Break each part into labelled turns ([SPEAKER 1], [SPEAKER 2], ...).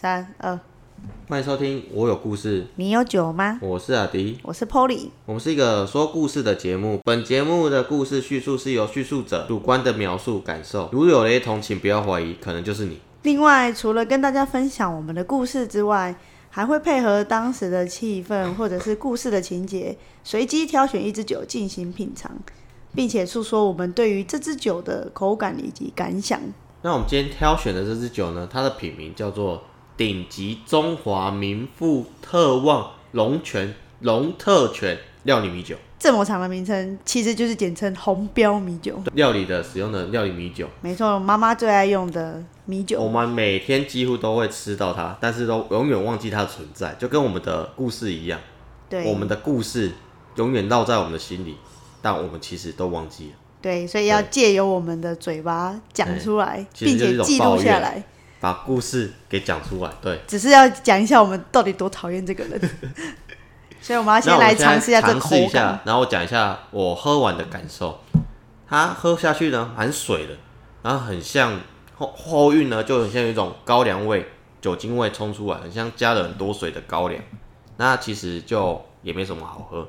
[SPEAKER 1] 三二，
[SPEAKER 2] 欢迎收听《我有故事
[SPEAKER 1] 你有酒吗》，？
[SPEAKER 2] 我是阿迪，
[SPEAKER 1] 我是 Polly。
[SPEAKER 2] 我们是一个说故事的节目。本节目的故事叙述是由叙述者主观的描述感受，如有雷同，请不要怀疑，可能就是你。
[SPEAKER 1] 另外，除了跟大家分享我们的故事之外，还会配合当时的气氛或者是故事的情节，随机挑选一支酒进行品尝，并且诉说我们对于这支酒的口感以及感想。
[SPEAKER 2] 那我们今天挑选的这支酒呢，它的品名叫做顶级中华名富特旺龙泉龙特泉料理米酒，
[SPEAKER 1] 这么长的名称，其实就是简称红标米酒。
[SPEAKER 2] 料理的使用的料理米酒。
[SPEAKER 1] 没错，妈妈最爱用的米
[SPEAKER 2] 我
[SPEAKER 1] 酒。
[SPEAKER 2] 们每天几乎都会吃到它，但是都永远忘记它的存在，就跟我们的故事一样。
[SPEAKER 1] 对，
[SPEAKER 2] 我们的故事永远绕在我们的心里，但我们其实都忘记了。
[SPEAKER 1] 对，所以要借由我们的嘴巴讲出来，
[SPEAKER 2] 其实
[SPEAKER 1] 并
[SPEAKER 2] 就是
[SPEAKER 1] 且
[SPEAKER 2] 一种
[SPEAKER 1] 记录
[SPEAKER 2] 抱怨
[SPEAKER 1] 下来。
[SPEAKER 2] 把故事给讲出来，对。
[SPEAKER 1] 只是要讲一下我们到底多讨厌这个 人，所以我们要
[SPEAKER 2] 那
[SPEAKER 1] 先
[SPEAKER 2] 我
[SPEAKER 1] 来
[SPEAKER 2] 们现在
[SPEAKER 1] 尝试一下这
[SPEAKER 2] 尝试一
[SPEAKER 1] 口感。
[SPEAKER 2] 下，然后我讲一下我喝完的感受。它喝下去呢，蛮水的，然后很像后后韵呢，就很像有一种高粱味、酒精味冲出来，很像加了很多水的高粱。那其实就也没什么好喝，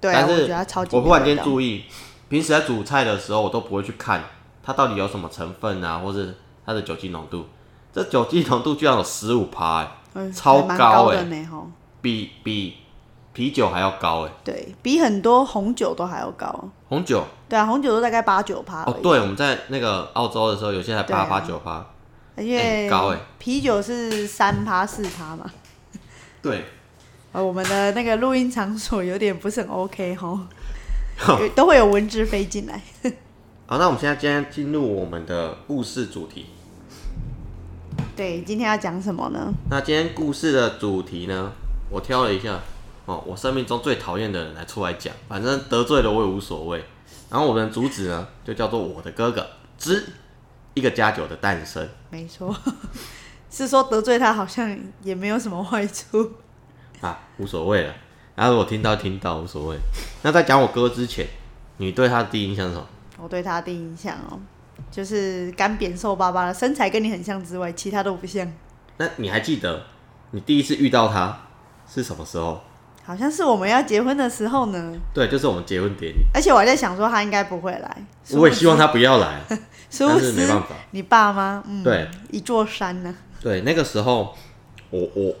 [SPEAKER 1] 对啊，
[SPEAKER 2] 但
[SPEAKER 1] 我
[SPEAKER 2] 是
[SPEAKER 1] 觉得它超级
[SPEAKER 2] 我
[SPEAKER 1] 没有
[SPEAKER 2] 忽然间
[SPEAKER 1] 味道
[SPEAKER 2] 注意，平时在煮菜的时候，我都不会去看它到底有什么成分啊，或是它的酒精浓度。这酒精浓度居然有十五趴，欸
[SPEAKER 1] 嗯
[SPEAKER 2] 超
[SPEAKER 1] 还蛮
[SPEAKER 2] 高
[SPEAKER 1] 的
[SPEAKER 2] 欸
[SPEAKER 1] 呢吼，
[SPEAKER 2] 比比啤酒还要高哎。
[SPEAKER 1] 对比很多红酒都还要高。
[SPEAKER 2] 红酒
[SPEAKER 1] 对啊，红酒都大概八九趴而
[SPEAKER 2] 哦，
[SPEAKER 1] 已，
[SPEAKER 2] 对，我们在那个澳洲的时候，有些才
[SPEAKER 1] 对
[SPEAKER 2] 八
[SPEAKER 1] 啊
[SPEAKER 2] 八九趴，
[SPEAKER 1] 而
[SPEAKER 2] 哎
[SPEAKER 1] 且
[SPEAKER 2] 高欸
[SPEAKER 1] 啤酒是三趴四趴嘛。
[SPEAKER 2] 对，
[SPEAKER 1] 呃，我们的那个录音场所有点不是很 OK 哈，
[SPEAKER 2] 哦
[SPEAKER 1] 有都会有蚊子飞进来。
[SPEAKER 2] 好，那我们现在今天进入我们的故事主题。
[SPEAKER 1] 对，今天要讲什么呢？
[SPEAKER 2] 那今天故事的主题呢，我挑了一下哦，我生命中最讨厌的人来出来讲，反正得罪了我也无所谓。然后我们的主旨呢，就叫做《我的哥哥之一个加酒的诞生》。
[SPEAKER 1] 没错， 是说得罪他好像也没有什么坏处。
[SPEAKER 2] 啊，无所谓了。然后我听到听到无所谓。那在讲我哥之前，你对他的第一印象是什么？
[SPEAKER 1] 我对他的第一印象哦，就是干扁瘦巴巴的，身材跟你很像之外，其他都不像。
[SPEAKER 2] 那你还记得你第一次遇到他是什么时候？
[SPEAKER 1] 好像是我们要结婚的时候呢，
[SPEAKER 2] 对，就是我们结婚典礼。
[SPEAKER 1] 而且我还在想说他应该不会来。
[SPEAKER 2] 我也希望他不要来，
[SPEAKER 1] 殊
[SPEAKER 2] 但
[SPEAKER 1] 不
[SPEAKER 2] 是
[SPEAKER 1] 知，
[SPEAKER 2] 没办法。
[SPEAKER 1] 你爸妈，嗯，
[SPEAKER 2] 对，
[SPEAKER 1] 一座山呢、
[SPEAKER 2] 对，那个时候我我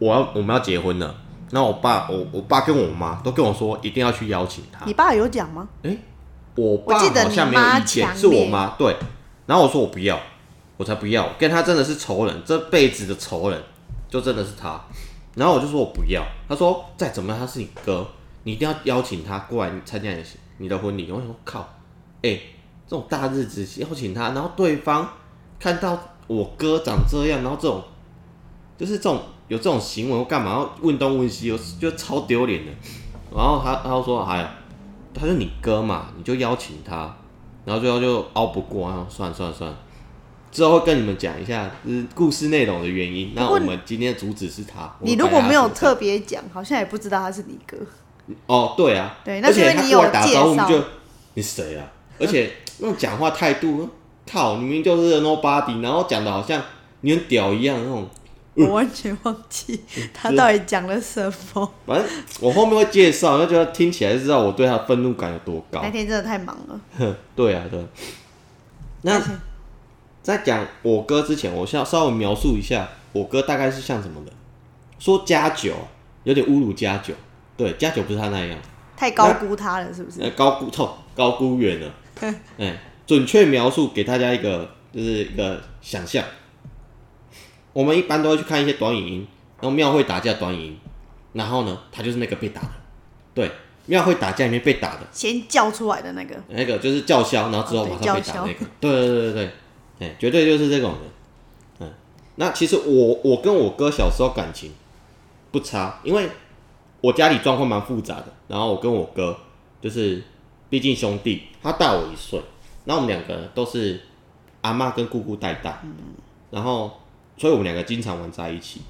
[SPEAKER 2] 我要我们要结婚了，那我爸我我爸跟我妈都跟我说一定要去邀请他
[SPEAKER 1] 你。爸有讲吗？
[SPEAKER 2] 诶，我爸
[SPEAKER 1] 我记得
[SPEAKER 2] 好像
[SPEAKER 1] 你
[SPEAKER 2] 没有
[SPEAKER 1] 妈
[SPEAKER 2] 意见，
[SPEAKER 1] 强
[SPEAKER 2] 是我
[SPEAKER 1] 烈
[SPEAKER 2] 妈对。然后我说我不要，我才不要，跟他真的是仇人，这辈子的仇人就真的是他。然后我就说我不要，他说再怎么样他是你哥，你一定要邀请他过来参加你的你的婚礼。我想说靠，哎、这种大日子邀请他，然后对方看到我哥长这样，然后这种就是这种有这种行为，我干嘛要问东问西，我觉得超丢脸的。然后他他就说哎呀，他是你哥嘛，你就邀请他，然后最后就熬不过，然后算了算了算了。之后会跟你们讲一下，就是故事内容的原因。那
[SPEAKER 1] 不过
[SPEAKER 2] 我
[SPEAKER 1] 你
[SPEAKER 2] 们今天的主旨是他。
[SPEAKER 1] 你
[SPEAKER 2] 我
[SPEAKER 1] 如
[SPEAKER 2] 们
[SPEAKER 1] 果
[SPEAKER 2] 本来
[SPEAKER 1] 没有
[SPEAKER 2] 要说
[SPEAKER 1] 特别讲，好像也不知道他是你哥。
[SPEAKER 2] 哦，对啊，
[SPEAKER 1] 对那
[SPEAKER 2] 而
[SPEAKER 1] 是因
[SPEAKER 2] 且
[SPEAKER 1] 为
[SPEAKER 2] 他
[SPEAKER 1] 你
[SPEAKER 2] 过来
[SPEAKER 1] 有
[SPEAKER 2] 打
[SPEAKER 1] 介
[SPEAKER 2] 招呼
[SPEAKER 1] 绍
[SPEAKER 2] 就你谁啊？而且那种讲话态度，嗯靠，你明明就是 nobody，然后讲的好像你很屌一样那种。嗯
[SPEAKER 1] 我完全忘记他到底讲了什么。
[SPEAKER 2] 反正我后面会介绍，那就要听起来就知道我对他的愤怒感有多高
[SPEAKER 1] 那。天真的太忙了，
[SPEAKER 2] 对啊，对啊。那在讲我哥之前，我先稍微描述一下我哥大概是像什么的。说加酒有点侮辱加酒，对，加酒不是他那样。
[SPEAKER 1] 太高估他了，是不
[SPEAKER 2] 呃
[SPEAKER 1] 是？，
[SPEAKER 2] 高估痛，高估 远了。哎、准确描述给大家一个，就是一个想象。我们一般都会去看一些短影音，然后庙会打架短影音，然后呢，他就是那个被打的，对，庙会打架里面被打的，
[SPEAKER 1] 先叫出来的那个，
[SPEAKER 2] 那个就是叫嚣，然后之后
[SPEAKER 1] 哦对
[SPEAKER 2] 马上被打
[SPEAKER 1] 叫嚣
[SPEAKER 2] 那个，对对对对对，哎、绝对就是这种人。嗯，那其实我我跟我哥小时候感情不差，因为我家里状况蛮复杂的，然后我跟我哥就是毕竟兄弟，他大我一岁，然后我们两个都是阿妈跟姑姑带大，然后所以我们两个经常玩在一起，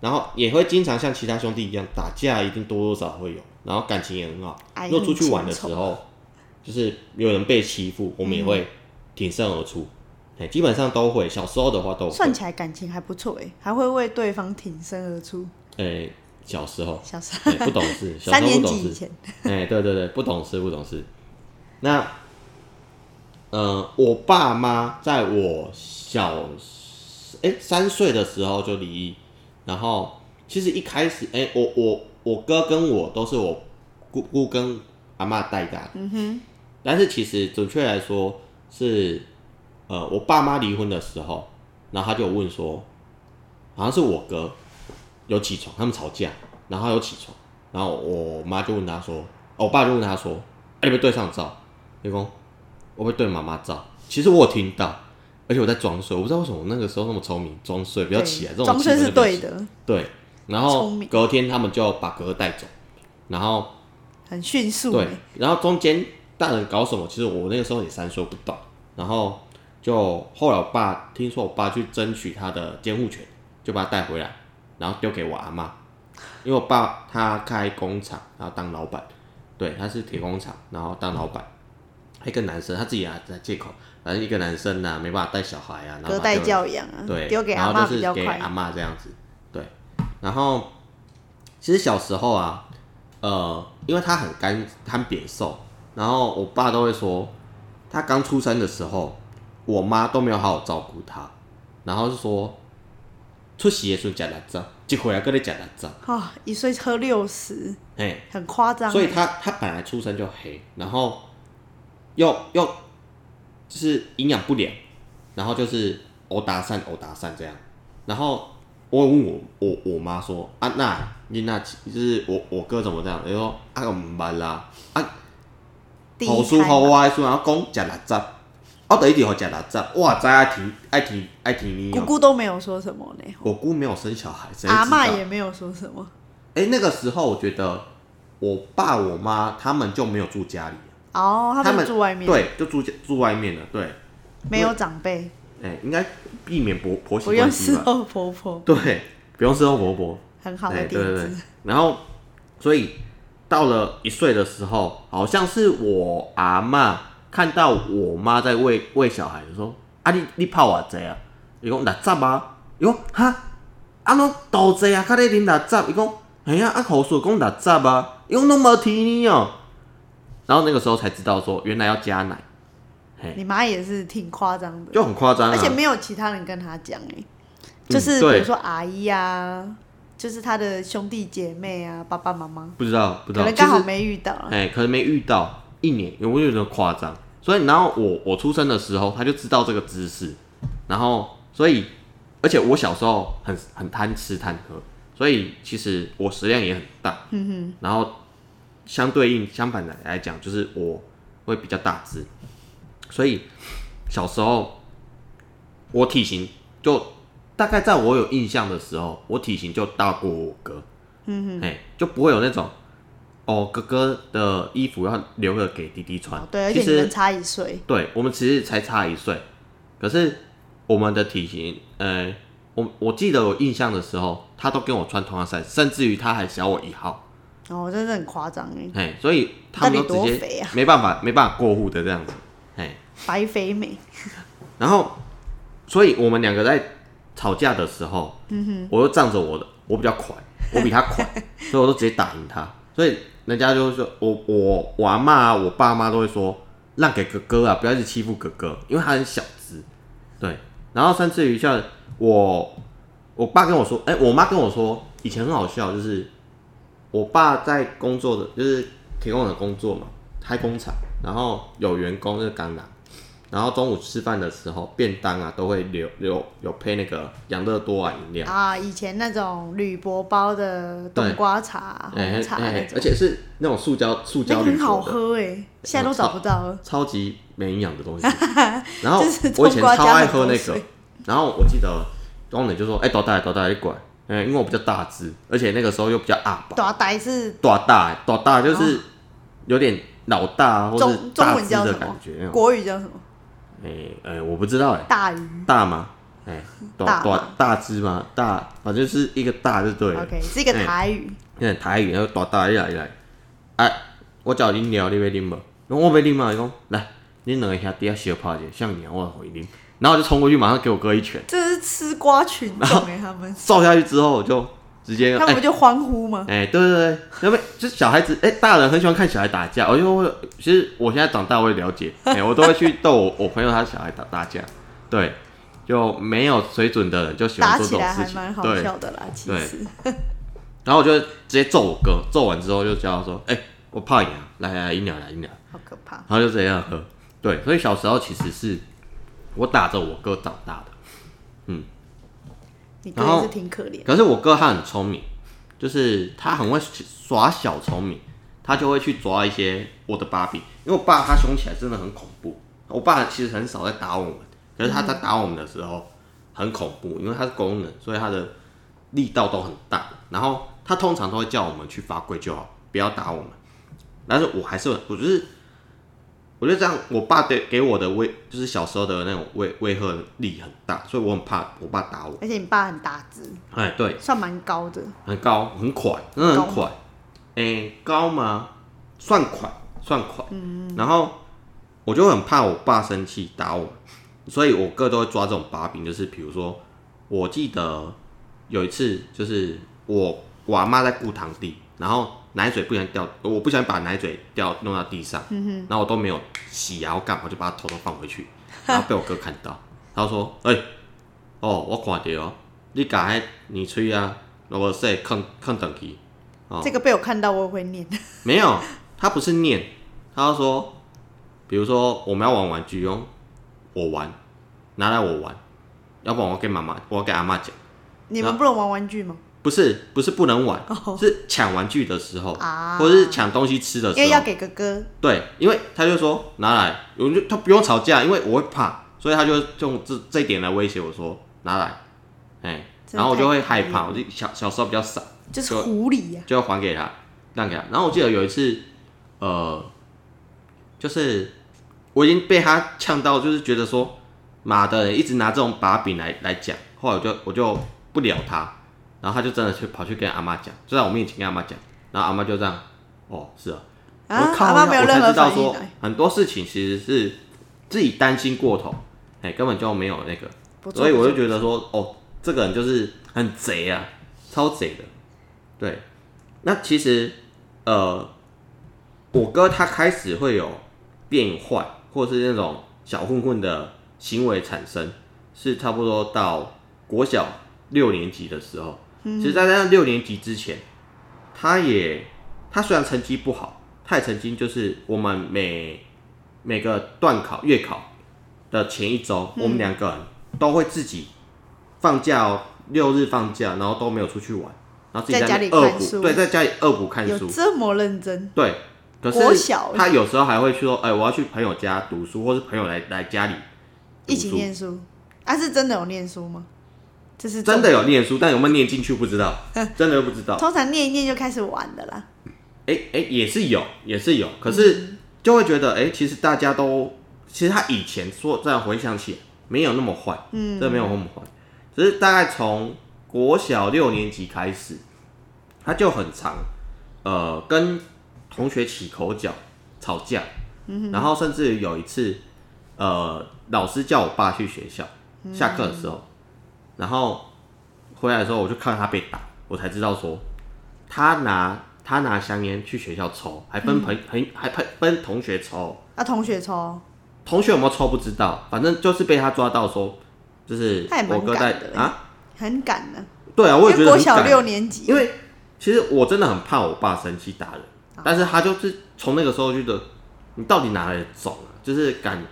[SPEAKER 2] 然后也会经常像其他兄弟一样打架，一定多多少少会有，然后感情也很好
[SPEAKER 1] 哎。
[SPEAKER 2] 如果出
[SPEAKER 1] 嗯
[SPEAKER 2] 去玩的时候，就是有人被欺负，我们也会挺身而出，哎，基本上都会。小时候的话都会，
[SPEAKER 1] 算起来感情还不错哎，还会为对方挺身而出。
[SPEAKER 2] 哎，小时候，
[SPEAKER 1] 小时
[SPEAKER 2] 哎，不懂事，小
[SPEAKER 1] 三
[SPEAKER 2] 时候不
[SPEAKER 1] 年
[SPEAKER 2] 懂
[SPEAKER 1] 级以
[SPEAKER 2] 事，
[SPEAKER 1] 前，
[SPEAKER 2] 哎，对对对，不懂事，不懂事。那，呃，我爸妈在我小哎三岁的时候就离异，然后其实一开始，哎，我我我哥跟我都是我姑姑跟阿妈带大的，嗯哼。但是其实准确来说是，呃，我爸妈离婚的时候，然后他就有问说，好像是我哥有起床，他们吵架，然后他有起床。然后我妈就问他说，哦我爸就问他说，啊、你有没有对上照？你讲我会对妈妈照。其实我有听到，而且我在装睡，我不知道为什么我那个时候那么聪明，装睡不要起来，这
[SPEAKER 1] 对
[SPEAKER 2] 种
[SPEAKER 1] 装睡
[SPEAKER 2] 气氛
[SPEAKER 1] 是
[SPEAKER 2] 就不要
[SPEAKER 1] 对
[SPEAKER 2] 起来
[SPEAKER 1] 的，
[SPEAKER 2] 对，然后
[SPEAKER 1] 聪明
[SPEAKER 2] 隔天他们就把哥哥带走，然后
[SPEAKER 1] 很迅速
[SPEAKER 2] 对
[SPEAKER 1] 欸。，
[SPEAKER 2] 然后中间大人搞什么，其实我那个时候也三说不懂。然后就后来我爸听说我爸去争取他的监护权，就把他带回来，然后丢给我阿妈，因为我爸他开工厂，然后当老板，对，他是铁工厂，然后当老板。一个男生，他自己啊借口，反正一个男生呐、没办法带小孩啊，然后
[SPEAKER 1] 隔
[SPEAKER 2] 他
[SPEAKER 1] 代
[SPEAKER 2] 就
[SPEAKER 1] 教养啊，
[SPEAKER 2] 对，
[SPEAKER 1] 丢给
[SPEAKER 2] 然
[SPEAKER 1] 阿
[SPEAKER 2] 后
[SPEAKER 1] 妈
[SPEAKER 2] 就
[SPEAKER 1] 比
[SPEAKER 2] 是
[SPEAKER 1] 较
[SPEAKER 2] 给
[SPEAKER 1] 快
[SPEAKER 2] 阿。妈这样子，对。然后其实小时候啊，呃，因为他很干干扁瘦，然后我爸都会说，他刚出生的时候，我妈都没有好好照顾他，然后就说，出席的时候吃辣椒，一回来跟你吃辣椒，
[SPEAKER 1] 啊，一岁喝六十，
[SPEAKER 2] 嘿，
[SPEAKER 1] 很夸张欸。
[SPEAKER 2] 所以他他本来出生就黑，然后又又就是营养不良，然后就是殴打散殴打散这样。然后我有问我我我妈说啊，那你那就是我我哥怎么这样？然后啊我唔捌啦，啊
[SPEAKER 1] 第一
[SPEAKER 2] 好
[SPEAKER 1] 胎
[SPEAKER 2] 输好
[SPEAKER 1] 嘛
[SPEAKER 2] 歪输，哦然后讲食六十，我第一条食六十，我知爱提爱提爱提你
[SPEAKER 1] 姑
[SPEAKER 2] 哦。
[SPEAKER 1] 姑都没有说什么呢，
[SPEAKER 2] 我姑没有生小孩，谁知道
[SPEAKER 1] 阿嬷也没有说什么
[SPEAKER 2] 哎、那个时候我觉得我爸我妈他们就没有住家里了。
[SPEAKER 1] 哦，他
[SPEAKER 2] 他
[SPEAKER 1] 们
[SPEAKER 2] 们
[SPEAKER 1] 住外面，
[SPEAKER 2] 对，就住住外面的，对，
[SPEAKER 1] 没有长辈，
[SPEAKER 2] 哎、应该避免婆婆媳
[SPEAKER 1] 不用
[SPEAKER 2] 关系
[SPEAKER 1] 伺
[SPEAKER 2] 吧？
[SPEAKER 1] 候婆婆，
[SPEAKER 2] 对，不用伺候婆婆，
[SPEAKER 1] 很好
[SPEAKER 2] 哎、
[SPEAKER 1] 的
[SPEAKER 2] 对
[SPEAKER 1] 点
[SPEAKER 2] 对对
[SPEAKER 1] 子。。
[SPEAKER 2] 然后，所以到了一岁的时候，好像是我阿妈看到我妈在喂喂小孩，就说：“啊你，你泡偌济啊？”伊讲六十啊，伊讲哈，啊拢多济啊，较咧啉六十，伊讲嘿啊，啊口述讲六十啊，伊讲拢无提你哦。然后那个时候才知道说，原来要加奶，嘿，
[SPEAKER 1] 你妈也是挺夸张的，
[SPEAKER 2] 就很夸张、啊，
[SPEAKER 1] 而且没有其他人跟她讲哎，就是
[SPEAKER 2] 对
[SPEAKER 1] 比如说阿姨啊，就是她的兄弟姐妹啊，爸爸妈妈，
[SPEAKER 2] 不知道不知
[SPEAKER 1] 可
[SPEAKER 2] 道，
[SPEAKER 1] 能刚好
[SPEAKER 2] 就是
[SPEAKER 1] 没遇到啊。
[SPEAKER 2] 哎、可能没遇到一年，有没有点夸张？所以，然后我我出生的时候，他就知道这个知识，然后所以，而且我小时候很很贪吃贪喝，所以其实我食量也很大，嗯哼，然后相对应相反的来讲，就是我会比较大只，所以小时候我体型就大概在我有印象的时候，我体型就大过我哥，嗯哼，哎、就不会有那种。哦，哥哥的衣服要留着给弟弟穿
[SPEAKER 1] 哦。对，而
[SPEAKER 2] 其
[SPEAKER 1] 且你
[SPEAKER 2] 实
[SPEAKER 1] 们差一岁，
[SPEAKER 2] 对我们其实才差一岁，可是我们的体型，呃，我我记得我印象的时候，他都跟我穿同样 size，甚至于他还小我一号，
[SPEAKER 1] 哦，真的很夸张哎，
[SPEAKER 2] 哎，所以他们
[SPEAKER 1] 到底
[SPEAKER 2] 都
[SPEAKER 1] 多
[SPEAKER 2] 直
[SPEAKER 1] 肥
[SPEAKER 2] 接
[SPEAKER 1] 啊
[SPEAKER 2] 没办法没办法过户的这样子，哎，
[SPEAKER 1] 白肥美，
[SPEAKER 2] 然后，所以我们两个在吵架的时候，我又仗着我的我比较快，我比他快，所以我都直接打赢他。所以人家就说我我我阿妈、啊、我爸妈都会说让给哥哥啊，不要一直欺负哥哥，因为他很小只。对，然后甚至于像我我爸跟我说，哎、我妈跟我说，以前很好笑，就是我爸在工作的，就是铁工厂工作嘛，开工厂，然后有员工就是干粮，然后中午吃饭的时候，便当啊都会留留有配那个养乐多啊饮料，
[SPEAKER 1] 啊，以前那种铝箔包的冬瓜茶、
[SPEAKER 2] 哎
[SPEAKER 1] 啊红茶
[SPEAKER 2] 哎
[SPEAKER 1] 那
[SPEAKER 2] 哎
[SPEAKER 1] 种，
[SPEAKER 2] 而且是那种塑胶塑
[SPEAKER 1] 那
[SPEAKER 2] 胶
[SPEAKER 1] 个
[SPEAKER 2] 铝
[SPEAKER 1] 很好
[SPEAKER 2] 箔的，
[SPEAKER 1] 喝哎、现在都找不到了。
[SPEAKER 2] 超级没营养 的东西。然后
[SPEAKER 1] 就是
[SPEAKER 2] 我以
[SPEAKER 1] 冬
[SPEAKER 2] 前
[SPEAKER 1] 瓜
[SPEAKER 2] 超
[SPEAKER 1] 加
[SPEAKER 2] 爱
[SPEAKER 1] 很
[SPEAKER 2] 喝
[SPEAKER 1] 多
[SPEAKER 2] 那个
[SPEAKER 1] 水，
[SPEAKER 2] 然后我记得工人就说：“哎、多大多大一管。”哎，因为我比较大只，而且那个时候又比较阿爸，
[SPEAKER 1] 短呆啊是
[SPEAKER 2] 大大大大就是有点老大啊或是
[SPEAKER 1] 哦中中
[SPEAKER 2] 大
[SPEAKER 1] 文
[SPEAKER 2] 只
[SPEAKER 1] 叫
[SPEAKER 2] 的
[SPEAKER 1] 什
[SPEAKER 2] 感
[SPEAKER 1] 么
[SPEAKER 2] 觉那？种。
[SPEAKER 1] 国语叫什么？
[SPEAKER 2] 哎哎，我不知道哎，
[SPEAKER 1] 大鱼。
[SPEAKER 2] 大吗？哎，
[SPEAKER 1] 大
[SPEAKER 2] 大
[SPEAKER 1] 吗
[SPEAKER 2] 大大只吗？大，反正是一个大就对了。
[SPEAKER 1] OK，是一个
[SPEAKER 2] 哎
[SPEAKER 1] 台语。
[SPEAKER 2] 那台语，然后大大一来一来，哎、我叫恁聊，你要啉无？我讲我要啉嘛，伊讲来，恁两个兄弟啊相拍者，像你我回啉。然后我就冲过去，马上给我哥一拳，
[SPEAKER 1] 这是吃瓜群众哎、他们
[SPEAKER 2] 照下去之后，我就直接
[SPEAKER 1] 他
[SPEAKER 2] 哎
[SPEAKER 1] 们不就欢呼吗？
[SPEAKER 2] 哎、对对对，要不就是小孩子，哎、大人很喜欢看小孩打架，我就会，其实我现在长大我也了解，哎、我都会去逗我 我朋友他小孩打打架，对，就没有水准的人就喜欢
[SPEAKER 1] 打
[SPEAKER 2] 做这
[SPEAKER 1] 起
[SPEAKER 2] 种
[SPEAKER 1] 来
[SPEAKER 2] 事
[SPEAKER 1] 还
[SPEAKER 2] 情
[SPEAKER 1] 蛮，好
[SPEAKER 2] 对，
[SPEAKER 1] 笑的啦，其
[SPEAKER 2] 对
[SPEAKER 1] 实。
[SPEAKER 2] 然后我就直接揍我哥，揍完之后就叫他说，哎、我怕你啊，来来一秒来一秒，
[SPEAKER 1] 好可怕！
[SPEAKER 2] 然后就这样喝，对，所以小时候其实是我打着我哥长大的。
[SPEAKER 1] 你
[SPEAKER 2] 然
[SPEAKER 1] 哥
[SPEAKER 2] 后
[SPEAKER 1] 也是挺可怜。
[SPEAKER 2] 可是我哥他很聪明，就是他很会耍小聪明，他就会去抓一些我的把柄。因为我爸他凶起来真的很恐怖，我爸其实很少在打我们，可是他在打我们的时候很恐怖，因为他是工人，所以他的力道都很大。然后他通常都会叫我们去罚跪就好，不要打我们。但是我还是我就是，我觉得这样，我爸对给我的威就是小时候的那种威威吓力很大，所以我很怕我爸打我。
[SPEAKER 1] 而且你爸很大只，
[SPEAKER 2] 哎，对，
[SPEAKER 1] 算蛮高的，
[SPEAKER 2] 很高，很快，真的很快。诶、高吗？算快，算快。然后我就很怕我爸生气打我，所以我哥都会抓这种把柄，就是比如说，我记得有一次，就是我我阿妈在顾堂弟，然后奶嘴不小心掉，我不小心把奶嘴掉弄到地上，
[SPEAKER 1] 嗯
[SPEAKER 2] 然后我都没有洗啊，我干嘛我就把它偷偷放回去，然后被我哥看到，他就说：“哎、哦，我看到哦，你把迄泥吹啊，我说坑坑等去。”哦
[SPEAKER 1] 这个被我看到我也会念。
[SPEAKER 2] 没有，他不是念，他说，比如说我们要玩玩具哦，我玩，拿来我玩，要不然我给妈妈，我给阿妈讲，
[SPEAKER 1] 你们不能玩玩具吗？
[SPEAKER 2] 不是不是不能玩，
[SPEAKER 1] 哦
[SPEAKER 2] 是抢玩具的时候，
[SPEAKER 1] 啊
[SPEAKER 2] 或者是抢东西吃的时
[SPEAKER 1] 因为
[SPEAKER 2] 候
[SPEAKER 1] 要，给哥哥，
[SPEAKER 2] 对，因为他就说拿来，我就他不用吵架，因为我会怕，所以他就用这这一点来威胁我说拿来，哎，
[SPEAKER 1] 真的
[SPEAKER 2] 然后我就会害
[SPEAKER 1] 太可怜
[SPEAKER 2] 怕，我就小小时候比较傻，
[SPEAKER 1] 就是狐狸啊呀、
[SPEAKER 2] 就要还给他，让给他。然后我记得有一次，呃，就是我已经被他呛到，就是觉得说，妈的，一直拿这种把柄来来讲。后来我就我就不聊他，然后他就真的去跑去跟阿妈讲，就在我面前跟阿妈讲，然后阿妈就这样，哦，是啊，
[SPEAKER 1] 啊，
[SPEAKER 2] 我靠，
[SPEAKER 1] 阿妈没有
[SPEAKER 2] 我才
[SPEAKER 1] 任何
[SPEAKER 2] 知道
[SPEAKER 1] 反应
[SPEAKER 2] 说
[SPEAKER 1] 哎，
[SPEAKER 2] 很多事情其实是自己担心过头，哎、根本就没有那个，
[SPEAKER 1] 不错
[SPEAKER 2] 所以我
[SPEAKER 1] 不
[SPEAKER 2] 就
[SPEAKER 1] 错
[SPEAKER 2] 觉得说，哦，这个人就是很贼啊，超贼的。对，那其实呃，我哥他开始会有变坏，或是那种小混混的行为产生，是差不多到国小六年级的时候。
[SPEAKER 1] 嗯
[SPEAKER 2] 其实在那六年级之前，他也他虽然成绩不好，他也曾经就是我们每每个段考、月考的前一周，
[SPEAKER 1] 嗯
[SPEAKER 2] 我们两个人都会自己放假哦，六日放假，然后都没有出去玩，然后自己
[SPEAKER 1] 在
[SPEAKER 2] 那
[SPEAKER 1] 家
[SPEAKER 2] 边
[SPEAKER 1] 里
[SPEAKER 2] 恶
[SPEAKER 1] 看
[SPEAKER 2] 补，
[SPEAKER 1] 书
[SPEAKER 2] 对，在家里恶补看
[SPEAKER 1] 有
[SPEAKER 2] 书，
[SPEAKER 1] 这么认真，
[SPEAKER 2] 对。可
[SPEAKER 1] 国
[SPEAKER 2] 是
[SPEAKER 1] 小
[SPEAKER 2] 他有时候还会去说，哎、我要去朋友家读书，或是朋友来来家里读
[SPEAKER 1] 一起
[SPEAKER 2] 书，
[SPEAKER 1] 念书，啊，是真的有念书吗？这是
[SPEAKER 2] 真的，有念书，但有没有念进去不知道，真的不知道。
[SPEAKER 1] 通常念一念就开始玩的啦。
[SPEAKER 2] 哎、哎、也是有，也是有，可是就会觉得，哎、其实大家都，其实他以前说这样回想起来，没有那么坏，嗯，真的没有那么坏，只是大概从国小六年级开始，他就很常，呃，跟同学起口角、吵架，然后甚至有一次，呃，老师叫我爸去学校，下课的时候，然后回来的时候，我就看到他被打，我才知道说，他拿他拿香烟去学校抽，还
[SPEAKER 1] 嗯
[SPEAKER 2] 分朋朋、还分分同学抽，
[SPEAKER 1] 啊，同学抽，
[SPEAKER 2] 同学有没有抽不知道，反正就是被他抓到说，就是
[SPEAKER 1] 他也蛮
[SPEAKER 2] 我哥在
[SPEAKER 1] 敢的欸
[SPEAKER 2] 啊，
[SPEAKER 1] 很敢呢、
[SPEAKER 2] 对啊，
[SPEAKER 1] 因
[SPEAKER 2] 我
[SPEAKER 1] 为
[SPEAKER 2] 也觉得
[SPEAKER 1] 国
[SPEAKER 2] 很
[SPEAKER 1] 小
[SPEAKER 2] 敢，
[SPEAKER 1] 六年级，
[SPEAKER 2] 因为其实我真的很怕我爸生气打人，
[SPEAKER 1] 哦
[SPEAKER 2] 但是他就是从那个时候觉得你到底哪来的种啊，就是敢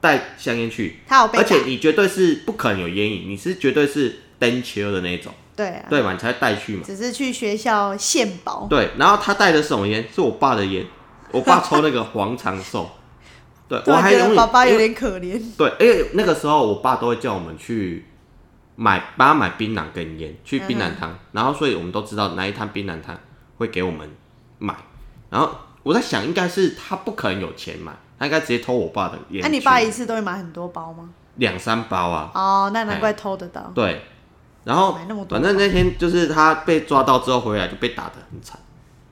[SPEAKER 2] 带香烟去，
[SPEAKER 1] 他哦有被
[SPEAKER 2] 而且
[SPEAKER 1] 打，
[SPEAKER 2] 你绝对是不可能有烟瘾，你是绝对是单切的那一种，
[SPEAKER 1] 对啊，
[SPEAKER 2] 对嘛，你才会带去嘛。
[SPEAKER 1] 只是去学校献宝，
[SPEAKER 2] 对，然后他带的是什么烟？是我爸的烟，我爸抽那个黄长寿。 对，我
[SPEAKER 1] 突然
[SPEAKER 2] 还
[SPEAKER 1] 觉
[SPEAKER 2] 永
[SPEAKER 1] 得
[SPEAKER 2] 远
[SPEAKER 1] 爸爸有
[SPEAKER 2] 因为
[SPEAKER 1] 点可怜，
[SPEAKER 2] 对，因为那个时候我爸都会叫我们去买，帮他买槟榔跟烟，去槟榔
[SPEAKER 1] 嗯
[SPEAKER 2] 摊，然后所以我们都知道哪一摊槟榔摊会给我们买。然后我在想，应该是他不可能有钱买，他应该直接偷我爸的烟去。
[SPEAKER 1] 那、啊你爸一次都会买很多包吗？
[SPEAKER 2] 两三包啊？
[SPEAKER 1] 哦，那难怪偷得到。啊
[SPEAKER 2] 对，然后
[SPEAKER 1] 买那么多
[SPEAKER 2] 反正那天就是他被抓到之后回来就被打得很惨，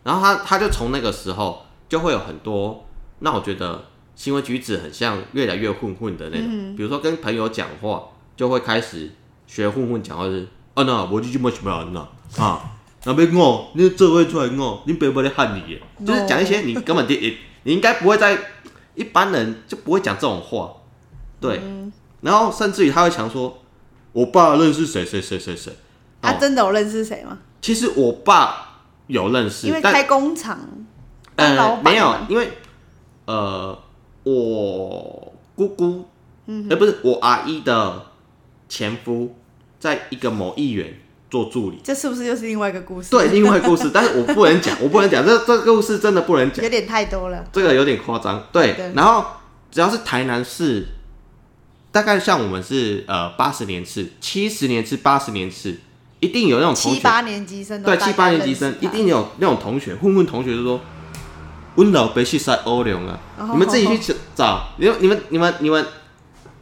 [SPEAKER 2] 然后他他就从那个时候就会有很多让我觉得行为举止很像越来越混混的那种，
[SPEAKER 1] 嗯
[SPEAKER 2] 比如说跟朋友讲话就会开始学混混讲话就是，啊那我就这么喜欢啊啊，那边我你这会出来我，你别不来喊你耶，就是讲一
[SPEAKER 1] 哦
[SPEAKER 2] 些你根本就 也你应该不会在一般人就不会讲这种话，对，
[SPEAKER 1] 嗯
[SPEAKER 2] 然后甚至于他会想说，我爸认识谁谁谁谁谁，
[SPEAKER 1] 啊，
[SPEAKER 2] 哦
[SPEAKER 1] 真的有认识谁吗？
[SPEAKER 2] 其实我爸有认识，
[SPEAKER 1] 因为
[SPEAKER 2] 但
[SPEAKER 1] 开工厂，当老
[SPEAKER 2] 呃，
[SPEAKER 1] 板
[SPEAKER 2] 没有
[SPEAKER 1] 嘛，
[SPEAKER 2] 因为呃，我姑姑，嗯，呃，不是我阿姨的前夫，在一个某议员做助理。
[SPEAKER 1] 这是不是又是另外一个故事？
[SPEAKER 2] 对，，另外故事，但是我不 能讲，我不能讲，这这个故事真的不能讲，
[SPEAKER 1] 有点太多了。
[SPEAKER 2] 这个有点夸张。对，
[SPEAKER 1] 对
[SPEAKER 2] 然后只要是台南市，大概像我们是呃八十年次、七十年次、八十年次，一定有那种同
[SPEAKER 1] 七
[SPEAKER 2] 学
[SPEAKER 1] 八年级生都
[SPEAKER 2] 对
[SPEAKER 1] 大
[SPEAKER 2] 七
[SPEAKER 1] 概
[SPEAKER 2] 八年级生
[SPEAKER 1] 认识
[SPEAKER 2] 一
[SPEAKER 1] 他
[SPEAKER 2] 定有那种同学，混混同学就说，温老北去塞欧流啊，
[SPEAKER 1] 哦
[SPEAKER 2] 你们自己去找，你们你们你们你们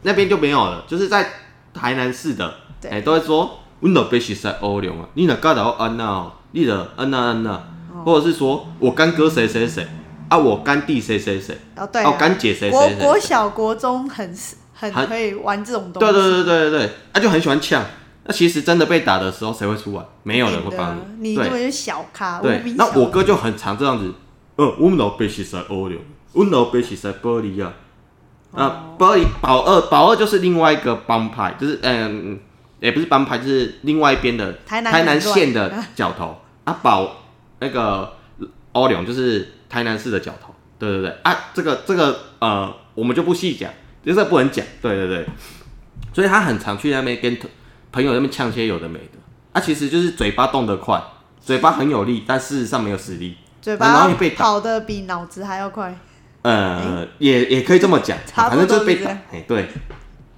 [SPEAKER 2] 那边就没有了，就是在台南市的，
[SPEAKER 1] 对
[SPEAKER 2] 哎、都会说温老北去塞欧流啊，你哪嘎到安娜哦，你的安娜安娜，
[SPEAKER 1] 哦
[SPEAKER 2] 或者是说我干哥谁谁谁啊，我干弟谁谁谁，
[SPEAKER 1] 哦，对啊，
[SPEAKER 2] 哦干姐谁谁
[SPEAKER 1] 国
[SPEAKER 2] 谁
[SPEAKER 1] 国
[SPEAKER 2] 谁，
[SPEAKER 1] 小国中很很
[SPEAKER 2] 很
[SPEAKER 1] 可以玩这种东
[SPEAKER 2] 对
[SPEAKER 1] 西，
[SPEAKER 2] 对对对对对，他、就很喜欢呛。那其实真的被打的时候，谁会出来？没有人会帮
[SPEAKER 1] 对的
[SPEAKER 2] 你
[SPEAKER 1] 你
[SPEAKER 2] 对
[SPEAKER 1] 根本就是小咖，无
[SPEAKER 2] 对
[SPEAKER 1] 名，小
[SPEAKER 2] 那
[SPEAKER 1] 咖
[SPEAKER 2] 我哥就很常这样子，嗯，我们老爸是在欧流，我们老爸是在玻璃啊，啊，玻璃保二保二就是另外一个帮派，就是嗯，也不是帮派，就是另外一边的
[SPEAKER 1] 台南很乱
[SPEAKER 2] 县的角头啊，保那个欧流就是台南市的角头，对对对啊，这个这个呃，我们就不细讲，就是不能讲，对对对，所以他很常去那边跟朋友那边呛些有的没的，啊，其实就是嘴巴动得快。嘴巴很有力，但事实上没有实力。
[SPEAKER 1] 嘴
[SPEAKER 2] 然后
[SPEAKER 1] 巴
[SPEAKER 2] 你被打
[SPEAKER 1] 跑的比脑子还要快，
[SPEAKER 2] 呃，也也可以这么讲，
[SPEAKER 1] 差
[SPEAKER 2] 反
[SPEAKER 1] 不多
[SPEAKER 2] 正就是被
[SPEAKER 1] 是不
[SPEAKER 2] 打
[SPEAKER 1] 是。
[SPEAKER 2] 哎、对，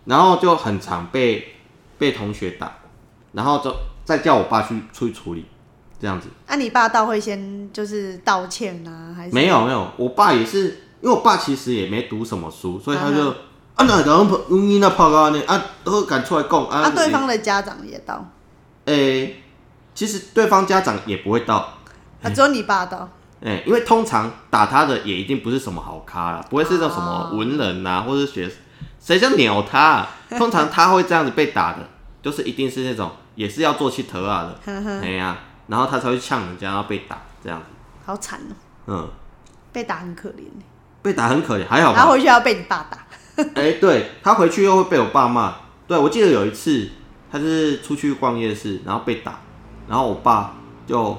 [SPEAKER 2] 然后就很常被被同学打，然后就再叫我爸去出去处理，这样子。
[SPEAKER 1] 那、啊你爸道会先就是道歉啊，还是
[SPEAKER 2] 没有没有，我爸也是，因为我爸其实也没读什么书，所以他就
[SPEAKER 1] 啊
[SPEAKER 2] 啊那然后嗯那泡咖呢啊都敢出来供啊
[SPEAKER 1] 啊？对方的家长也啊道，
[SPEAKER 2] 哎、其实对方家长也不会到，
[SPEAKER 1] 啊，
[SPEAKER 2] 嗯
[SPEAKER 1] 只有你爸道，
[SPEAKER 2] 哎、因为通常打他的也一定不是什么好咖啦，不会是那种什么
[SPEAKER 1] 哦
[SPEAKER 2] 文人呐、或是学，谁叫鸟他、啊？通常他会这样子被打的，就是一定是那种也是要做气头啊的，
[SPEAKER 1] 呵呵，
[SPEAKER 2] 哎呀、然后他才会呛人家，然后被打这样子，
[SPEAKER 1] 好惨哦，
[SPEAKER 2] 嗯，
[SPEAKER 1] 被打很可怜，
[SPEAKER 2] 被打很可怜，还好
[SPEAKER 1] 然后
[SPEAKER 2] 吧？
[SPEAKER 1] 回去还要被你爸打，
[SPEAKER 2] 哎、对他回去又会被我爸骂，对我记得有一次他就是出去逛夜市，然后被打，然后我爸就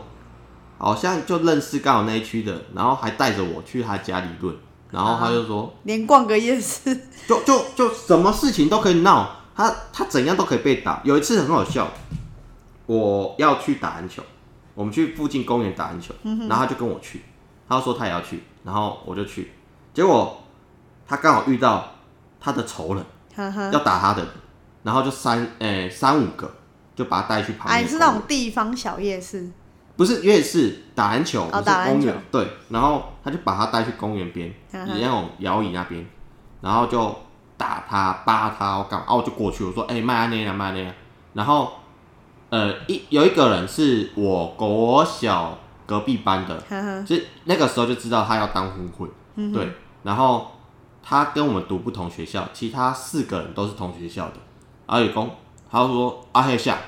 [SPEAKER 2] 好像就认识刚好那一区的，然后还带着我去他家理论，然后他就说。
[SPEAKER 1] 连逛个夜市，
[SPEAKER 2] 就就就什么事情都可以闹，他他怎样都可以被打。有一次很好笑，我要去打篮球，我们去附近公园打篮球，然后他就跟我去，他说他也要去，然后我就去，结果他刚好遇到他的仇人
[SPEAKER 1] 呵呵，
[SPEAKER 2] 要打他的人，然后就三诶、三五个就把他带去旁
[SPEAKER 1] 啊，
[SPEAKER 2] 边
[SPEAKER 1] 你
[SPEAKER 2] 的
[SPEAKER 1] 是
[SPEAKER 2] 公园。
[SPEAKER 1] 那种地方小夜市，
[SPEAKER 2] 不是越是打篮球，不是
[SPEAKER 1] 哦打篮
[SPEAKER 2] 公
[SPEAKER 1] 球
[SPEAKER 2] 园，对，然后他就把他带去公园边，
[SPEAKER 1] 嗯哼
[SPEAKER 2] 那种摇椅那边，然后就打他、扒他，我干嘛？哦、我就过去，我说：“哎、慢安内啊，慢安内啊。”然后，呃，一有一个人是我国小隔壁班的，
[SPEAKER 1] 呵 呵，
[SPEAKER 2] 就那个时候就知道他要当混混，对。然后他跟我们读不同学校，其他四个人都是同学校的。阿宇公，他说啊阿黑下，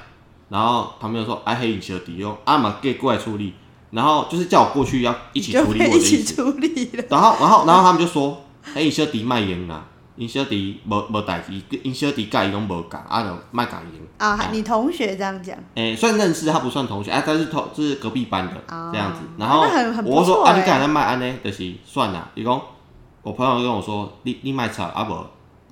[SPEAKER 2] 然后旁边说阿啊黑你小弟用阿玛给过来处理，然后就是叫我过去要一起
[SPEAKER 1] 就
[SPEAKER 2] 处理
[SPEAKER 1] 被
[SPEAKER 2] 我的
[SPEAKER 1] 一
[SPEAKER 2] 意
[SPEAKER 1] 起
[SPEAKER 2] 思。
[SPEAKER 1] 处理了，
[SPEAKER 2] 然后，然后，然后他们就说，哎，你小弟卖赢啦，你小弟无无代志，你小弟甲伊拢无共，啊，就卖甲赢。
[SPEAKER 1] 啊，你同学这样讲，
[SPEAKER 2] 诶、算认识，他不算同学，啊，他是同就是隔壁班的、
[SPEAKER 1] 哦
[SPEAKER 2] 这样子。然后
[SPEAKER 1] 那很很不
[SPEAKER 2] 我说
[SPEAKER 1] 错
[SPEAKER 2] 啊，
[SPEAKER 1] 欸
[SPEAKER 2] 你敢来卖安呢？就是算啦。伊讲，我朋友跟我说，你你卖惨啊不，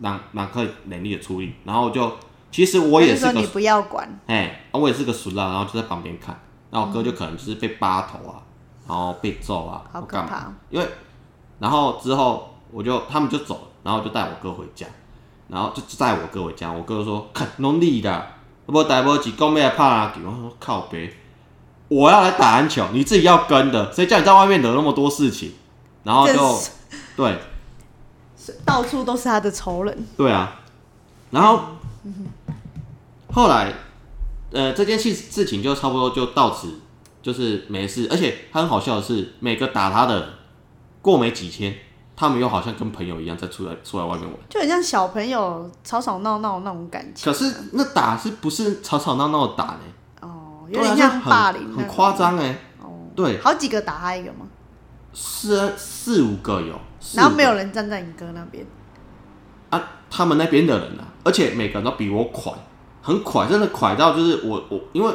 [SPEAKER 2] 让让可以能力的处理。然后我就其实我
[SPEAKER 1] 他
[SPEAKER 2] 也是
[SPEAKER 1] 就说
[SPEAKER 2] 个
[SPEAKER 1] 你不要管，
[SPEAKER 2] 哎、啊我也是个熟啦，然后就在旁边看。那我哥就可能就是被扒头啊，然后被揍啊，
[SPEAKER 1] 好
[SPEAKER 2] 或
[SPEAKER 1] 可
[SPEAKER 2] 干嘛
[SPEAKER 1] 怕哦。
[SPEAKER 2] 因为然后之后我就他们就走了，然后我就带我哥回家，然后就带我哥回家。我哥就说：“看，拢你啦，无代无志，讲要来拍篮球。”我说：“靠别，我要来打篮球，你自己要跟的，谁叫你在外面惹那么多事情？”然后就
[SPEAKER 1] 这是
[SPEAKER 2] 对
[SPEAKER 1] 到处都是他的仇人，
[SPEAKER 2] 对啊，然后后来呃这件事事情就差不多就到此，就是没事。而且他很好笑的是，每个打他的人过没几天，他们又好像跟朋友一样在出来出来外面玩。
[SPEAKER 1] 就很像小朋友吵吵闹闹那种感情
[SPEAKER 2] 可是那打是不是吵吵闹闹的打呢？
[SPEAKER 1] 哦，有
[SPEAKER 2] 对啊
[SPEAKER 1] 点
[SPEAKER 2] 就
[SPEAKER 1] 像
[SPEAKER 2] 很
[SPEAKER 1] 霸凌那种，
[SPEAKER 2] 很夸张哎。
[SPEAKER 1] 哦，
[SPEAKER 2] 对，
[SPEAKER 1] 好几个打他一个嘛，
[SPEAKER 2] 四四五个有，四
[SPEAKER 1] 然后
[SPEAKER 2] 五
[SPEAKER 1] 没
[SPEAKER 2] 个
[SPEAKER 1] 有人站在你哥那边，
[SPEAKER 2] 啊，他们那边的人啊，而且每个人都比我快，很快，真的快到就是我我，因为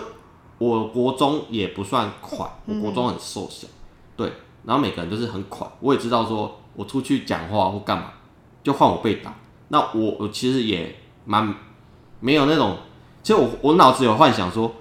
[SPEAKER 2] 我国中也不算快，我
[SPEAKER 1] 嗯
[SPEAKER 2] 国中很瘦小，对，然后每个人都是很快，我也知道说我出去讲话或干嘛，就换我被打，那我我其实也蛮没有那种，其实我我脑子有幻想说。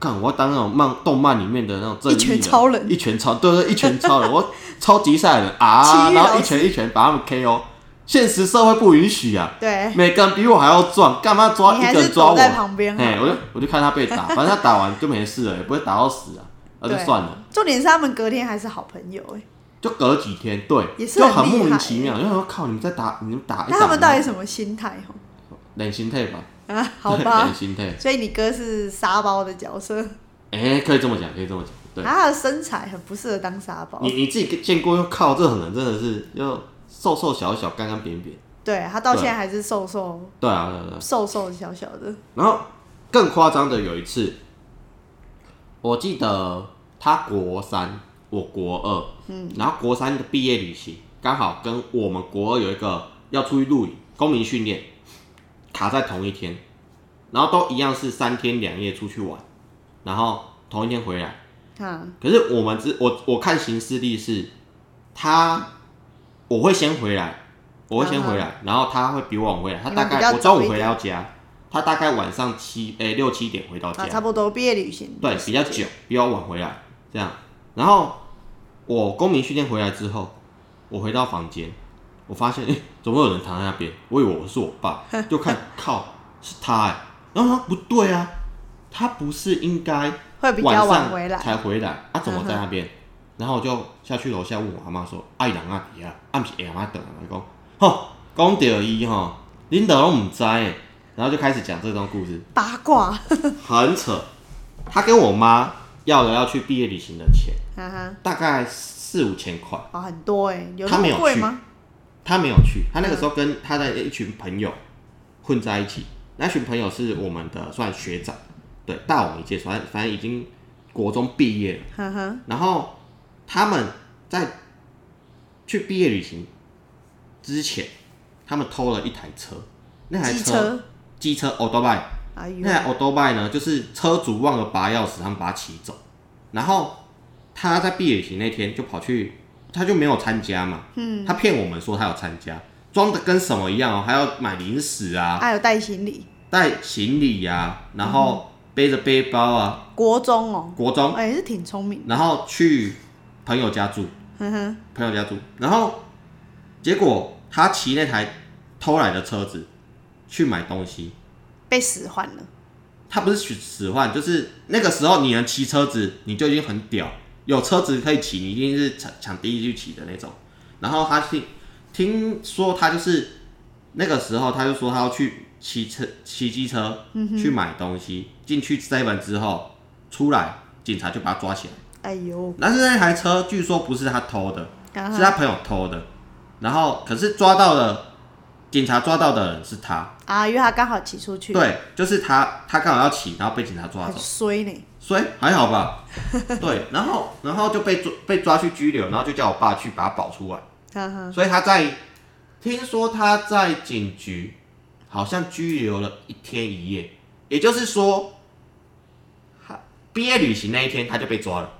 [SPEAKER 2] 看，我要当那种漫动漫里面的那种正义
[SPEAKER 1] 一拳超人
[SPEAKER 2] 一拳超对对，一拳超人，我超级赛亚人 啊，
[SPEAKER 1] 奇遇
[SPEAKER 2] 然后
[SPEAKER 1] 老
[SPEAKER 2] 一拳一拳把他们 KO，现实社会不允许啊，
[SPEAKER 1] 对，
[SPEAKER 2] 每个人比我还要壮，干嘛抓
[SPEAKER 1] 哎你
[SPEAKER 2] 一
[SPEAKER 1] 还
[SPEAKER 2] 个
[SPEAKER 1] 是
[SPEAKER 2] 人抓
[SPEAKER 1] 躲
[SPEAKER 2] 我？
[SPEAKER 1] 在旁边啊好
[SPEAKER 2] 哎，我就我就看他 被打，反正他打完就没事了，也不会打到死啊，那就
[SPEAKER 1] 对
[SPEAKER 2] 算了。
[SPEAKER 1] 重点是他们隔天还是好朋友哎、
[SPEAKER 2] 就隔几天，对，
[SPEAKER 1] 也是
[SPEAKER 2] 就
[SPEAKER 1] 很
[SPEAKER 2] 很
[SPEAKER 1] 厉
[SPEAKER 2] 莫名
[SPEAKER 1] 害
[SPEAKER 2] 其妙，因为我说靠，你们在打，你们打一
[SPEAKER 1] 那
[SPEAKER 2] 打，
[SPEAKER 1] 他们到底
[SPEAKER 2] 然后
[SPEAKER 1] 什么心态哦？
[SPEAKER 2] 冷心态吧？
[SPEAKER 1] 啊，好
[SPEAKER 2] 对
[SPEAKER 1] 吧
[SPEAKER 2] 冷，心态，
[SPEAKER 1] 所以你哥是沙包的角色，啊
[SPEAKER 2] 哎，可以这么讲，可以这么讲，对，
[SPEAKER 1] 他的身材很不适合当沙包
[SPEAKER 2] 你，你自己见过，又靠，这种人真的是又瘦瘦小小、干干扁扁，
[SPEAKER 1] 对他到现在还是瘦瘦
[SPEAKER 2] 对啊，对啊对啊。
[SPEAKER 1] 瘦瘦小小的，
[SPEAKER 2] 然后更夸张的有一次，我记得他国三，我国二，嗯，然后国三的毕业旅行刚好跟我们国二有一个要出去露营、公民训练，卡在同一天，然后都一样是三天两夜出去玩，然后同一天回来。
[SPEAKER 1] 啊，
[SPEAKER 2] 可是我们只我我看行事历是，他我会先回来，我会先回来，然后他会比我晚回来，他
[SPEAKER 1] 嗯你们
[SPEAKER 2] 大
[SPEAKER 1] 比较
[SPEAKER 2] 概我
[SPEAKER 1] 早
[SPEAKER 2] 中
[SPEAKER 1] 一
[SPEAKER 2] 午回到家，他大概晚上七诶、六七点回到家，
[SPEAKER 1] 啊，差不多毕业旅行，
[SPEAKER 2] 对，比较久，比较晚回来这样。然后我公民训练回来之后，我回到房间，我发现诶、怎么有人躺在那边？我以为我是我 爸，就看靠是他、欸，然后他不对啊，他不是应该。
[SPEAKER 1] 会比
[SPEAKER 2] 晚
[SPEAKER 1] 较
[SPEAKER 2] 上
[SPEAKER 1] 晚回来，嗯
[SPEAKER 2] 才回来，啊，怎么在那边？然后我就下去楼下问我阿妈说：“啊，伊人啊伫啊，啊毋是会阿妈等啊？”伊讲：“吼，讲着伊吼，恁都拢毋知诶。”然后就开始讲这段故事，
[SPEAKER 1] 八卦，哈
[SPEAKER 2] 很扯。他跟我妈要了要去毕业旅行的钱，
[SPEAKER 1] 哈，
[SPEAKER 2] 大概四五千块，
[SPEAKER 1] 哦，很多哎、有
[SPEAKER 2] 他
[SPEAKER 1] 那
[SPEAKER 2] 没
[SPEAKER 1] 么
[SPEAKER 2] 有
[SPEAKER 1] 贵
[SPEAKER 2] 去
[SPEAKER 1] 吗？
[SPEAKER 2] 他没有去。他那个时候跟他的一群朋友混在一起，那群朋友是我们的算学长，对，大我们一届，反正反正已经国中毕业了。
[SPEAKER 1] 哈哈，
[SPEAKER 2] 然后他们在去毕业旅行之前，他们偷了一台车，那台
[SPEAKER 1] 机
[SPEAKER 2] 车
[SPEAKER 1] 车，
[SPEAKER 2] 机车 o d o b i
[SPEAKER 1] 哎呦
[SPEAKER 2] 那，台 o d o b i 呢，就是车主忘了拔钥匙，他们把它骑走。然后他在毕业旅行那天就跑去，他就没有参加嘛，嗯，他骗我们说他有参加，装的跟什么一样哦，还要买零食啊，
[SPEAKER 1] 还有带行李，
[SPEAKER 2] 带行李呀、啊，然后背着背包啊，
[SPEAKER 1] 国中哦，
[SPEAKER 2] 国中，
[SPEAKER 1] 哎、是挺聪明的，
[SPEAKER 2] 然后去朋友家住。
[SPEAKER 1] 哼哼，
[SPEAKER 2] 朋友家住，然后结果他骑那台偷来的车子去买东西，
[SPEAKER 1] 被使唤了，
[SPEAKER 2] 他不是使使唤，就是那个时候你能骑车子，你就已经很屌，有车子可以骑，你一定是抢抢第一去骑的那种。然后他听听说他就是那个时候，他就说他要去骑车骑机车、去买东西，进去 seven 之后出来，警察就把他抓起来。
[SPEAKER 1] 哎呦，
[SPEAKER 2] 但是那台车据说不是他偷的，
[SPEAKER 1] 啊
[SPEAKER 2] 是他朋友偷的，然后可是抓到了，警察抓到的人是他，
[SPEAKER 1] 啊，因为他刚好骑出去，，
[SPEAKER 2] 对，就是他，他刚好要骑，然后被警察抓
[SPEAKER 1] 很
[SPEAKER 2] 走，
[SPEAKER 1] 衰呢，
[SPEAKER 2] 所以还好吧，对，然后然后就被抓被抓去拘留，然后就叫我爸去把他保出来，
[SPEAKER 1] 哈哈，
[SPEAKER 2] 所以他在听说他在警局好像拘留了一天一夜，也就是说，他毕业旅行那一天他就被抓了，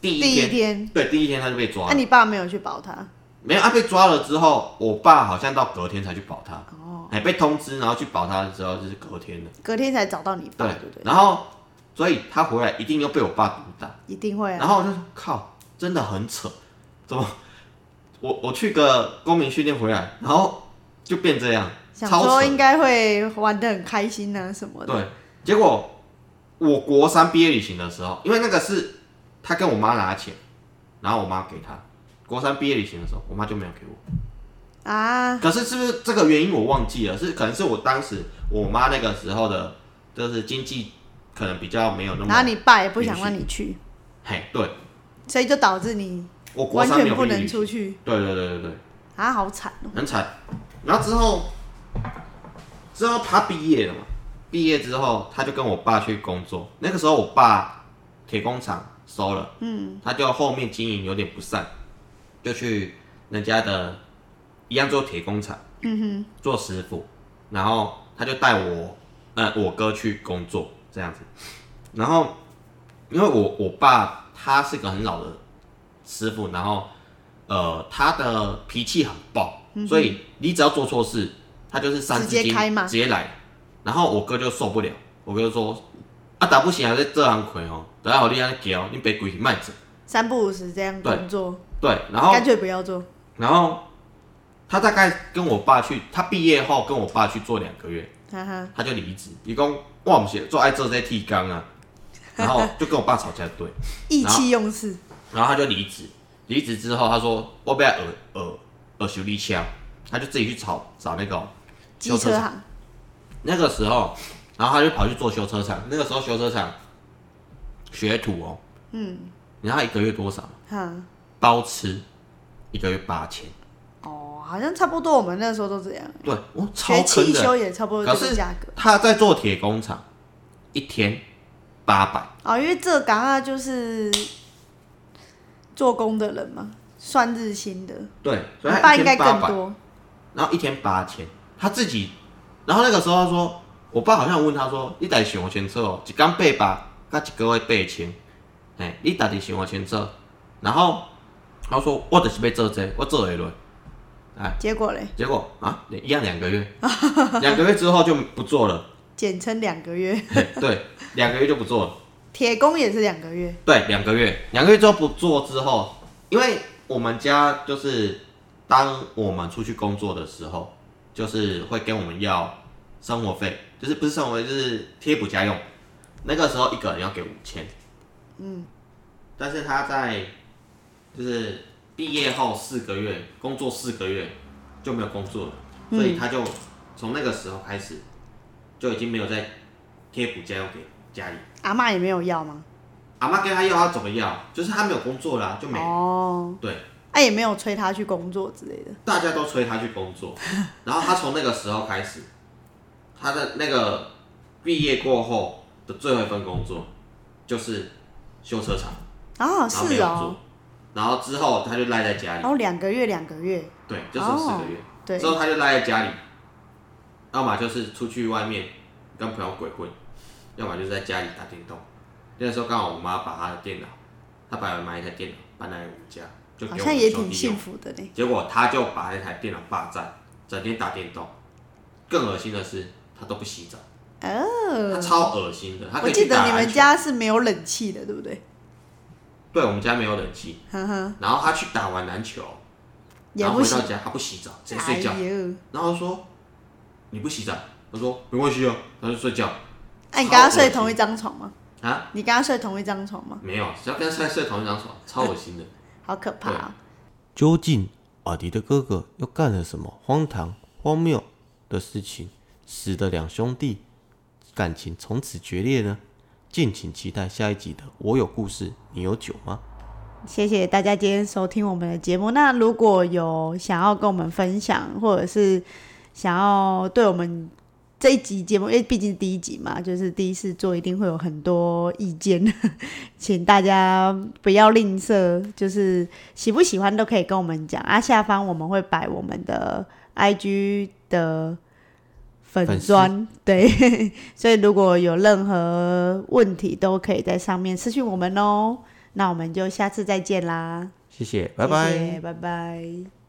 [SPEAKER 2] 第一
[SPEAKER 1] 第一
[SPEAKER 2] 天，
[SPEAKER 1] 天，
[SPEAKER 2] 对，第一天他就被抓
[SPEAKER 1] 那、
[SPEAKER 2] 了。
[SPEAKER 1] 你爸没有去保他？
[SPEAKER 2] 没有，他、啊被抓了之后，我爸好像到隔天才去保他，
[SPEAKER 1] 哦，
[SPEAKER 2] 哎、被通知，然后去保他的时候就是隔天的，
[SPEAKER 1] 隔天才找到你爸，对不对？
[SPEAKER 2] 然后，所以他回来一定又被我爸毒打，
[SPEAKER 1] 一定会
[SPEAKER 2] 然
[SPEAKER 1] 啊，
[SPEAKER 2] 后我就说靠，真的很扯，怎么，我我去个公民训练回来，然后就变这样，
[SPEAKER 1] 想
[SPEAKER 2] 超
[SPEAKER 1] 说
[SPEAKER 2] 扯
[SPEAKER 1] 应该会玩的很开心啊什么的，
[SPEAKER 2] 对，结果我国三毕业旅行的时候，因为那个是他跟我妈拿钱，然后我妈给他，国三毕业旅行的时候，我妈就没有给我。
[SPEAKER 1] 啊，
[SPEAKER 2] 可是是不是这个原因我忘记了？是可能是我当时我妈那个时候的，就是经济可能比较没有那
[SPEAKER 1] 然后
[SPEAKER 2] 么，
[SPEAKER 1] 你爸也不想让你去，
[SPEAKER 2] 嘿，对，
[SPEAKER 1] 所以就导致你
[SPEAKER 2] 嗯我国
[SPEAKER 1] 完
[SPEAKER 2] 三没
[SPEAKER 1] 全
[SPEAKER 2] 有
[SPEAKER 1] 不
[SPEAKER 2] 毕业
[SPEAKER 1] 能
[SPEAKER 2] 旅行
[SPEAKER 1] 出去
[SPEAKER 2] 对对对对对，
[SPEAKER 1] 啊，好惨哦、
[SPEAKER 2] 很惨。然后之后，之后他毕业了嘛，毕业之后他就跟我爸去工作。那个时候我爸铁工厂收了，嗯，他就后面经营有点不善，就去人家的一样做铁工厂，嗯哼，做师傅。然后他就带我，呃，我哥去工作这样子。然后因为我我爸他是个很老的师傅，然后呃，他的脾气很暴，所以你只要做错事，他就是三
[SPEAKER 1] 嗯直
[SPEAKER 2] 字
[SPEAKER 1] 接
[SPEAKER 2] 经
[SPEAKER 1] 开骂
[SPEAKER 2] 直接来。然后我哥就受不了，我哥就说：“啊，打不行啊，在这行亏哦，等下我你安叫，你别鬼卖走。
[SPEAKER 1] 三不五时这样
[SPEAKER 2] 对
[SPEAKER 1] 工作，”
[SPEAKER 2] 对，然后
[SPEAKER 1] 干脆不要做。
[SPEAKER 2] 然后他大概跟我爸去，他毕业后跟我爸去做两个月，
[SPEAKER 1] 哈啊哈，
[SPEAKER 2] 他就离职，伊讲我唔是做爱做这剃缸啊，然后就跟我爸吵架对，
[SPEAKER 1] 意气用事，
[SPEAKER 2] 然后他就离职，离职之后他说我不要耳耳耳修理枪，他就自己去找找那个
[SPEAKER 1] 机
[SPEAKER 2] 修
[SPEAKER 1] 车
[SPEAKER 2] 厂，
[SPEAKER 1] 行
[SPEAKER 2] 那个时候，然后他就跑去做修车厂，那个时候修车厂学徒哦，嗯，你知道他一个月多少吗？
[SPEAKER 1] 哈。
[SPEAKER 2] 包吃一个月八千，
[SPEAKER 1] 哦，好像差不多，我们那时候都这样。
[SPEAKER 2] 对我超
[SPEAKER 1] 学
[SPEAKER 2] 坑
[SPEAKER 1] 汽
[SPEAKER 2] 的，
[SPEAKER 1] 修也差不多
[SPEAKER 2] 可
[SPEAKER 1] 这个
[SPEAKER 2] 是
[SPEAKER 1] 价格
[SPEAKER 2] 他在做铁工厂，一天八百。
[SPEAKER 1] 哦，因为这港啊就是做工的人嘛，算日薪的，
[SPEAKER 2] 对，所以
[SPEAKER 1] 你
[SPEAKER 2] 他
[SPEAKER 1] 爸
[SPEAKER 2] 一
[SPEAKER 1] 应该
[SPEAKER 2] 天八
[SPEAKER 1] 更
[SPEAKER 2] 百，
[SPEAKER 1] 多。
[SPEAKER 2] 然后一天八千，他自己，然后那个时候他说，我爸好像有问他说，你得想我清楚哦，一天八百，甲一个月八千，哎，你到底想我清楚？然后他说，我就是要做这个我做得落，哎，
[SPEAKER 1] 结果嘞，
[SPEAKER 2] 结果啊，一样两个月，两个月之后就不做了，
[SPEAKER 1] 简称两个月，
[SPEAKER 2] 嘿对，两个月就不做了。
[SPEAKER 1] 铁工也是两个月。
[SPEAKER 2] 对，两个月，两个月之后不做之后，因为我们家就是当我们出去工作的时候，就是会跟我们要生活费，就是不是生活费，就是贴补家用。那个时候一个人要给五千，嗯，但是他在就是毕业后四个月工作四个月就没有工作了，所以他就从那个时候开始就已经没有在贴补家用给家里。
[SPEAKER 1] 阿嬷也没有要吗？
[SPEAKER 2] 阿妈跟他要，他怎么要？就是他没有工作啦、就没、
[SPEAKER 1] 哦，
[SPEAKER 2] 对，
[SPEAKER 1] 哎、也没有催他去工作之类的。
[SPEAKER 2] 大家都催他去工 作，然后他从那个时候开始，他的那个毕业过后的最后一份工作就是修车厂，
[SPEAKER 1] 啊，
[SPEAKER 2] 然后没
[SPEAKER 1] 是
[SPEAKER 2] 有
[SPEAKER 1] 哦
[SPEAKER 2] 做，，然后之后他就赖在家里，
[SPEAKER 1] 哦，两个月，两个月，
[SPEAKER 2] 对，就剩四个月，
[SPEAKER 1] 对
[SPEAKER 2] 之，后他就赖在家里，要么就是出去外面跟朋友鬼混，要么就是在家里打电动。那时候刚好我妈把她的电脑，她本来买一台电脑搬来我们家，就
[SPEAKER 1] 好
[SPEAKER 2] 给我
[SPEAKER 1] 像
[SPEAKER 2] 们
[SPEAKER 1] 也
[SPEAKER 2] 兄
[SPEAKER 1] 挺
[SPEAKER 2] 弟用
[SPEAKER 1] 幸。福的呢。
[SPEAKER 2] 结果他就把那台电脑霸占，整天打电动。更恶心的是，他都不洗澡，他
[SPEAKER 1] 哦，
[SPEAKER 2] 超恶心的。他可
[SPEAKER 1] 我
[SPEAKER 2] 以
[SPEAKER 1] 记
[SPEAKER 2] 去打
[SPEAKER 1] 得你
[SPEAKER 2] 篮
[SPEAKER 1] 们
[SPEAKER 2] 球，
[SPEAKER 1] 家是没有冷气的，对不对？
[SPEAKER 2] 对我们家没有冷气。
[SPEAKER 1] 呵呵，
[SPEAKER 2] 然后他去打完篮球，
[SPEAKER 1] 也
[SPEAKER 2] 然后
[SPEAKER 1] 不
[SPEAKER 2] 回
[SPEAKER 1] 行
[SPEAKER 2] 到。家他不洗澡，直接睡觉
[SPEAKER 1] 哎。呦，
[SPEAKER 2] 然后说你不洗澡，他说没关系啊，他就睡觉
[SPEAKER 1] 哎、你跟他
[SPEAKER 2] 超恶
[SPEAKER 1] 睡
[SPEAKER 2] 心
[SPEAKER 1] 同一张床吗？
[SPEAKER 2] 啊，
[SPEAKER 1] 你跟他睡同一张床吗？
[SPEAKER 2] 没有，只要跟他睡同一张床，超恶心的。
[SPEAKER 1] 好可怕、啊！
[SPEAKER 2] 究竟阿迪的哥哥又干了什么荒唐、荒谬的事情，使得两兄弟感情从此决裂呢？敬请期待下一集的《我有故事，你有酒吗》。
[SPEAKER 1] 谢谢大家今天收听我们的节目。那如果有想要跟我们分享，或者是想要对我们这一集节目，因为毕竟第一集嘛，就是第一次做，一定会有很多意见， 请大家不要吝啬，就是喜不喜欢都可以跟我们讲啊。下方我们会摆我们的 IG 的粉
[SPEAKER 2] 粉丝
[SPEAKER 1] 砖，对， 所以如果有任何问题，都可以在上面私讯我们哦。那我们就下次再见啦，
[SPEAKER 2] 谢谢，拜拜。
[SPEAKER 1] 谢谢拜拜。